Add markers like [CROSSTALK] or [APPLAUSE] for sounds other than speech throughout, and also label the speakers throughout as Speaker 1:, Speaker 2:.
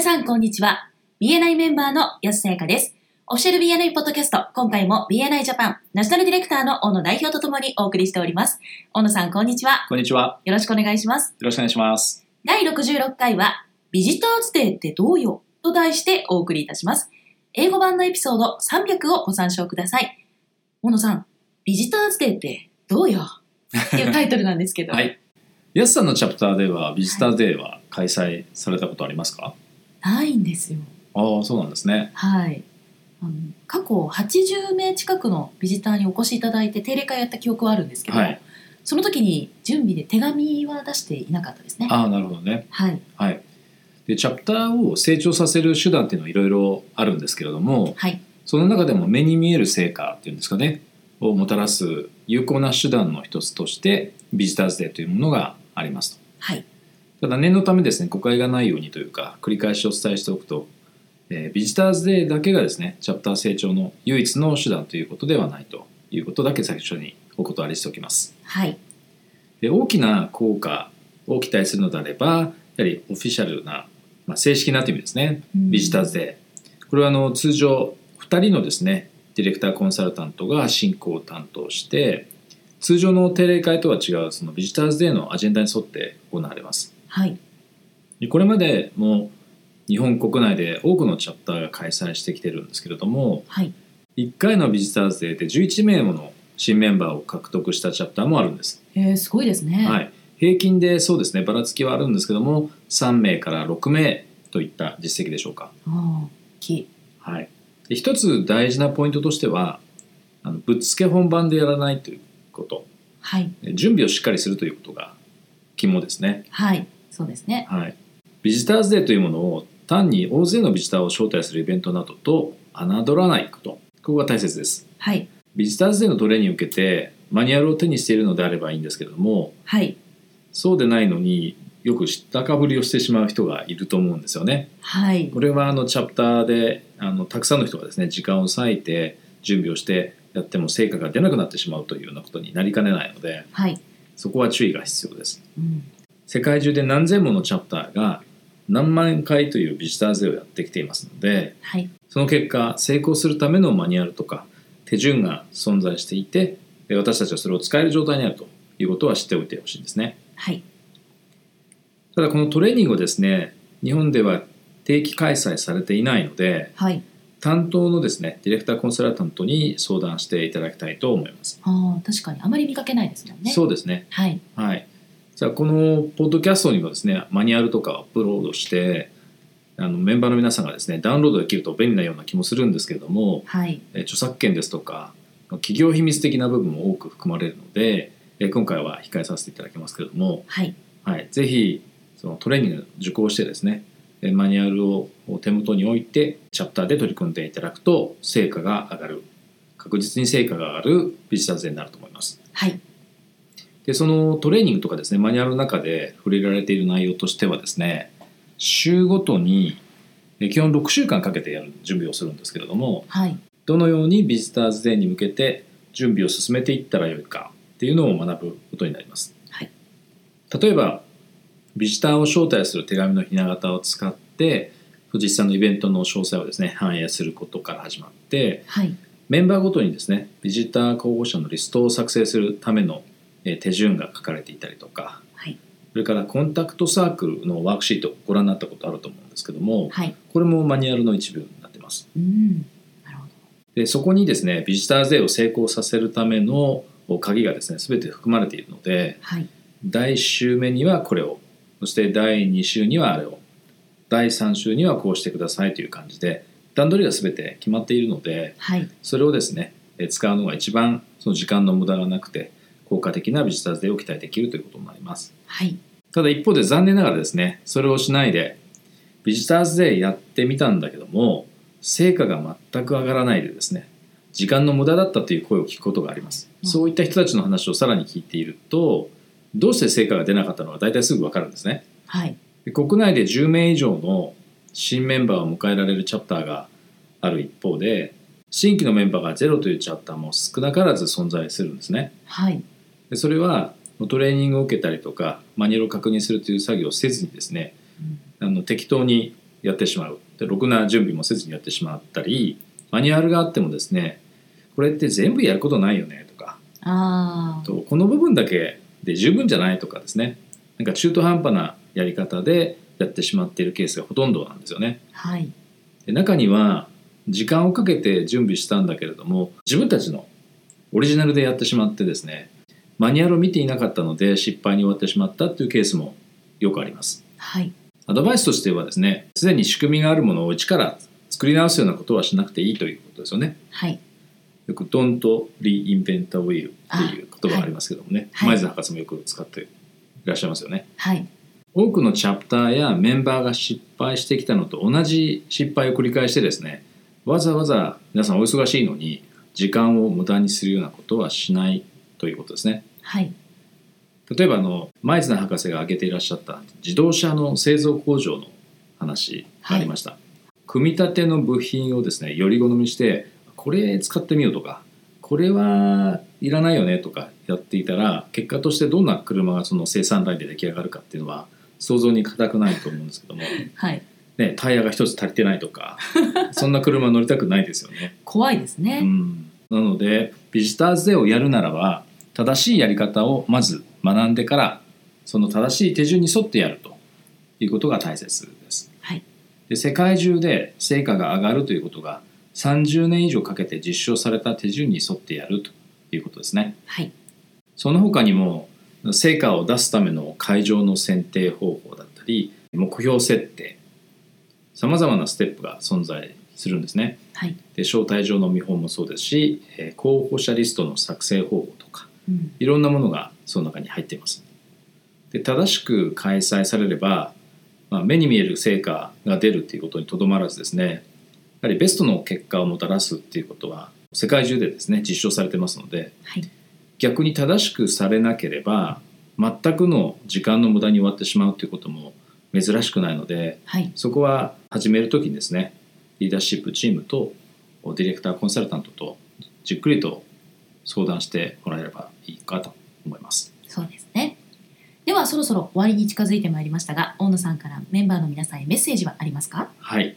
Speaker 1: さん、こんにちは。BNI メンバーの安さやかです。オフィシャル BNI ポッドキャスト、今回も BNI ジャパン、ナショナルディレクターの大野代表とともにお送りしております。大野さん、こんにちは。
Speaker 2: こんにちは。
Speaker 1: よろしくお願いします。
Speaker 2: よろしくお願いします。
Speaker 1: 第66回は、ビジターズデーってどうよと題してお送りいたします。英語版のエピソード300をご参照ください。大野さん、ビジターズデーってどうよっていうタイトルなんですけど、
Speaker 2: [LAUGHS] はい。ヤスさんのチャプターではビジターデーは開催されたことありますか、
Speaker 1: ないんですよ。
Speaker 2: ああ、そうなんですね。
Speaker 1: はい。あの過去80名近くのビジターにお越しいただいて定例会やった記憶はあるんですけど、
Speaker 2: はい。
Speaker 1: その時に準備で手紙は出していなかったですね。
Speaker 2: ああ、なるほどね。
Speaker 1: はい。
Speaker 2: はい。で、チャプターを成長させる手段っていうのはいろいろあるんですけれども、
Speaker 1: はい。
Speaker 2: その中でも目に見える成果っていうんですかね、をもたらす有効な手段の一つとして、ビジターズデーというものがありますと。
Speaker 1: はい。
Speaker 2: ただ念のためですね誤解がないようにというか繰り返しお伝えしておくと、えービジターズデーだけがですねチャプター成長の唯一の手段ということではないということだけ最初にお断りしておきます
Speaker 1: はい。
Speaker 2: で大きな効果を期待するのであればやはりオフィシャルな、まあ、正式なという意味ですね
Speaker 1: うん
Speaker 2: ビジターズデーこれはあの通常2人のですねディレクターコンサルタントが進行を担当して通常の定例会とは違うそのビジターズデーのアジェンダに沿って行われます
Speaker 1: はい。
Speaker 2: でこれまでも日本国内で多くのチャプターが開催してきてるんですけれども
Speaker 1: はい。
Speaker 2: 1回のビジターズデーで11名もの新メンバーを獲得したチャプターもあるんです、
Speaker 1: えー、すごいですね。。
Speaker 2: はいい、平均でそうですねばらつきはあるんですけども3名から6名といった実績でしょうか、
Speaker 1: ああ、き。
Speaker 2: はい、で一つ大事なポイントとしてはあのぶっつけ本番でやらないということ
Speaker 1: はい。
Speaker 2: で準備をしっかりするということが肝ですね
Speaker 1: はい。そうですね。
Speaker 2: はい、ビジターズデーというものを単に大勢のビジターを招待するイベントなどと侮らないことここが大切です
Speaker 1: はい。
Speaker 2: ビジターズデーのトレーニングを受けてマニュアルを手にしているのであればいいんですけれども
Speaker 1: はい。
Speaker 2: そうでないのによく知ったかぶりをしてしまう人がいると思うんですよね
Speaker 1: はい。
Speaker 2: これはあのチャプターであのたくさんの人がですね時間を割いて準備をしてやっても成果が出なくなってしまうというようなことになりかねないので
Speaker 1: はい。
Speaker 2: そこは注意が必要です
Speaker 1: うん。
Speaker 2: 世界中で何千ものチャプターが何万回というビジターズデーをやってきていますので
Speaker 1: はい。
Speaker 2: その結果成功するためのマニュアルとか手順が存在していてえ私たちはそれを使える状態にあるということは知っておいてほしいんですね
Speaker 1: はい。
Speaker 2: ただこのトレーニングをですね日本では定期開催されていないので
Speaker 1: はい。
Speaker 2: 担当のですねディレクターコンサルタントに相談していただきたいと思います、
Speaker 1: ああ、確かにあまり見かけないですもんね。。
Speaker 2: そううですね
Speaker 1: はい。
Speaker 2: はい、じゃあこのポッドキャストにもですねマニュアルとかアップロードしてあのメンバーの皆さんがですねダウンロードできると便利なような気もするんですけれども
Speaker 1: はい。
Speaker 2: え著作権ですとか企業秘密的な部分も多く含まれるのでえ今回は控えさせていただきますけれども、
Speaker 1: はい。はい
Speaker 2: はい、ぜひそのトレーニングを受講してですねえマニュアルを手元に置いてチャプターで取り組んでいただくと成果が上がる確実に成果が上がるビジターズデーになると思います。
Speaker 1: はい。
Speaker 2: でそのトレーニングとかですねマニュアルの中で触れられている内容としてはですね週ごとにえ基本6週間かけてやる準備をするんですけれども
Speaker 1: はい。
Speaker 2: どのようにビジターズデーに向けて準備を進めていったらよいかっていうのを学ぶことになります、
Speaker 1: はい
Speaker 2: 例えばビジターを招待する手紙のひな形を使って実際のイベントの詳細をですね反映することから始まって
Speaker 1: はい。
Speaker 2: メンバーごとにですねビジター候補者のリストを作成するためのえー手順が書かれていたりとか
Speaker 1: はい。
Speaker 2: それからコンタクトサークルのワークシートをご覧になったことあると思うんですけども
Speaker 1: はい。
Speaker 2: これもマニュアルの一部になってます
Speaker 1: うん。なるほど。
Speaker 2: でそこにですねビジター税を成功させるためのお鍵がですね全て含まれているので
Speaker 1: はい。
Speaker 2: 第1週目にはこれをそして第2週にはあれを第3週にはこうしてくださいという感じで段取りが全て決まっているので
Speaker 1: はい。
Speaker 2: それをですね、えー使うのが一番その時間の無駄がなくて効果的なビジターズデーを期待できるということになります。
Speaker 1: はい。
Speaker 2: ただ一方で残念ながらですね、それをしないでビジターズデーやってみたんだけども、成果が全く上がらないでですね、時間の無駄だったという声を聞くことがあります。
Speaker 1: うん
Speaker 2: そういった人たちの話をさらに聞いていると、どうして成果が出なかったのか大体すぐわかるんですね。
Speaker 1: はい。
Speaker 2: で国内で10名以上の新メンバーを迎えられるチャプターがある一方で新規のメンバーがゼロというチャプターも少なからず存在するんですね
Speaker 1: はい。
Speaker 2: でそれはトレーニングを受けたりとかマニュアルを確認するという作業をせずにですね
Speaker 1: うん
Speaker 2: あの適当にやってしまうでろくな準備もせずにやってしまったりマニュアルがあってもですねこれって全部やることないよねとか
Speaker 1: あ
Speaker 2: とこの部分だけで十分じゃないとかですねなんか中途半端なやり方でやってしまっているケースがほとんどなんですよね。
Speaker 1: あはい
Speaker 2: で中には時間をかけて準備したんだけれども自分たちのオリジナルでやってしまってですねマニュアルを見ていなかったので失敗に終わってしまったっていうケースもよくあります。
Speaker 1: はい
Speaker 2: アドバイスとしてはですねすでに仕組みがあるものを一から作り直すようなことはしなくていいということですよね。
Speaker 1: はい
Speaker 2: よく「Don't reinvent the wheel」っていう言葉がありますけどもね、
Speaker 1: はいはい
Speaker 2: 前津博士もよく使っていらっしゃいますよね。
Speaker 1: はい
Speaker 2: 多くのチャプターやメンバーが失敗してきたのと同じ失敗を繰り返してですねわざわざ皆さんお忙しいのに時間を無駄にするようなことはしないということですね。
Speaker 1: はい
Speaker 2: 例えばあの前津博士が挙げていらっしゃった自動車の製造工場の話がありました、組み立ての部品をですねより好みしてこれ使ってみようとかこれはいらないよねとかやっていたら結果としてどんな車がその生産ラインで出来上がるかっていうのは想像に難くないと思うんですけども、
Speaker 1: はい
Speaker 2: ね、タイヤが一つ足りてないとかそんな車乗りたくないですよね。
Speaker 1: 怖いですね、
Speaker 2: うん、なのでビジターズデーをやるならば正しいやり方をまず学んでからその正しい手順に沿ってやるということが大切です。
Speaker 1: はい
Speaker 2: で世界中で成果が上がるということが30年以上かけて実証された手順に沿ってやるということですね。
Speaker 1: はい
Speaker 2: その他にも成果を出すための会場の選定方法だったり目標設定さまざまなステップが存在するんですね。
Speaker 1: はい、
Speaker 2: で招待状の見本もそうですし、えー候補者リストの作成方法とか
Speaker 1: うん、
Speaker 2: いろんなものがその中に入っていますで正しく開催されれば、まあ、目に見える成果が出るっていうことにとどまらずですねやはりベストの結果をもたらすっていうことは世界中でですね実証されてますので
Speaker 1: はい
Speaker 2: 逆に正しくされなければ全くの時間の無駄に終わってしまうということも珍しくないので
Speaker 1: はい
Speaker 2: そこは始めるときにですね、リーダーシップチームとディレクターコンサルタントとじっくりと相談してもらえればいいかと思います。
Speaker 1: そうですねではそろそろ終わりに近づいてまいりましたが大野さんからメンバーの皆さんへメッセージはありますか
Speaker 2: はい。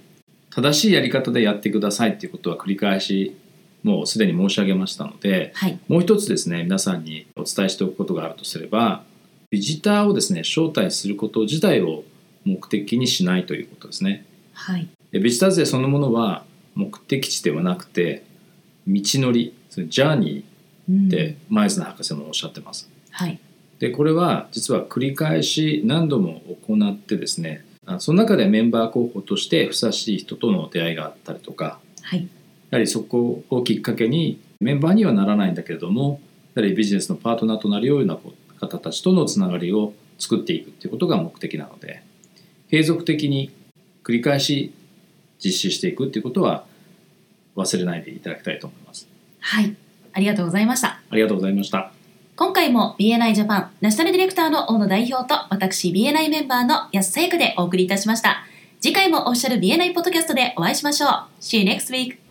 Speaker 2: 正しいやり方でやってくださいっていうことは繰り返しもうすでに申し上げましたので、
Speaker 1: はい
Speaker 2: もう一つですね、皆さんにお伝えしておくことがあるとすれば、ビジターをですね、招待すること自体を目的にしないということですね。
Speaker 1: はい
Speaker 2: でビジター税そのものは目的地ではなくて道のりそれジャーニ
Speaker 1: うん
Speaker 2: ーって前津博士もおっしゃってます。
Speaker 1: はい
Speaker 2: でこれは実は繰り返し何度も行ってですねあその中でメンバー候補としてふさわしい人との出会いがあったりとか
Speaker 1: はい
Speaker 2: やはりそこをきっかけにメンバーにはならないんだけれどもやはりビジネスのパートナーとなるような方たちとのつながりを作っていくっていうことが目的なので継続的に繰り返し実施していくっていうことは忘れないでいただきたいと思います。
Speaker 1: はいありがとうございました
Speaker 2: ありがとうございました。
Speaker 1: 今回も BNI ジャパンナショナルディレクターの大野代表と私 BNI メンバーの安さゆくでお送りいたしました次回もオフィシャル BNI ポッドキャストでお会いしましょう See you next week!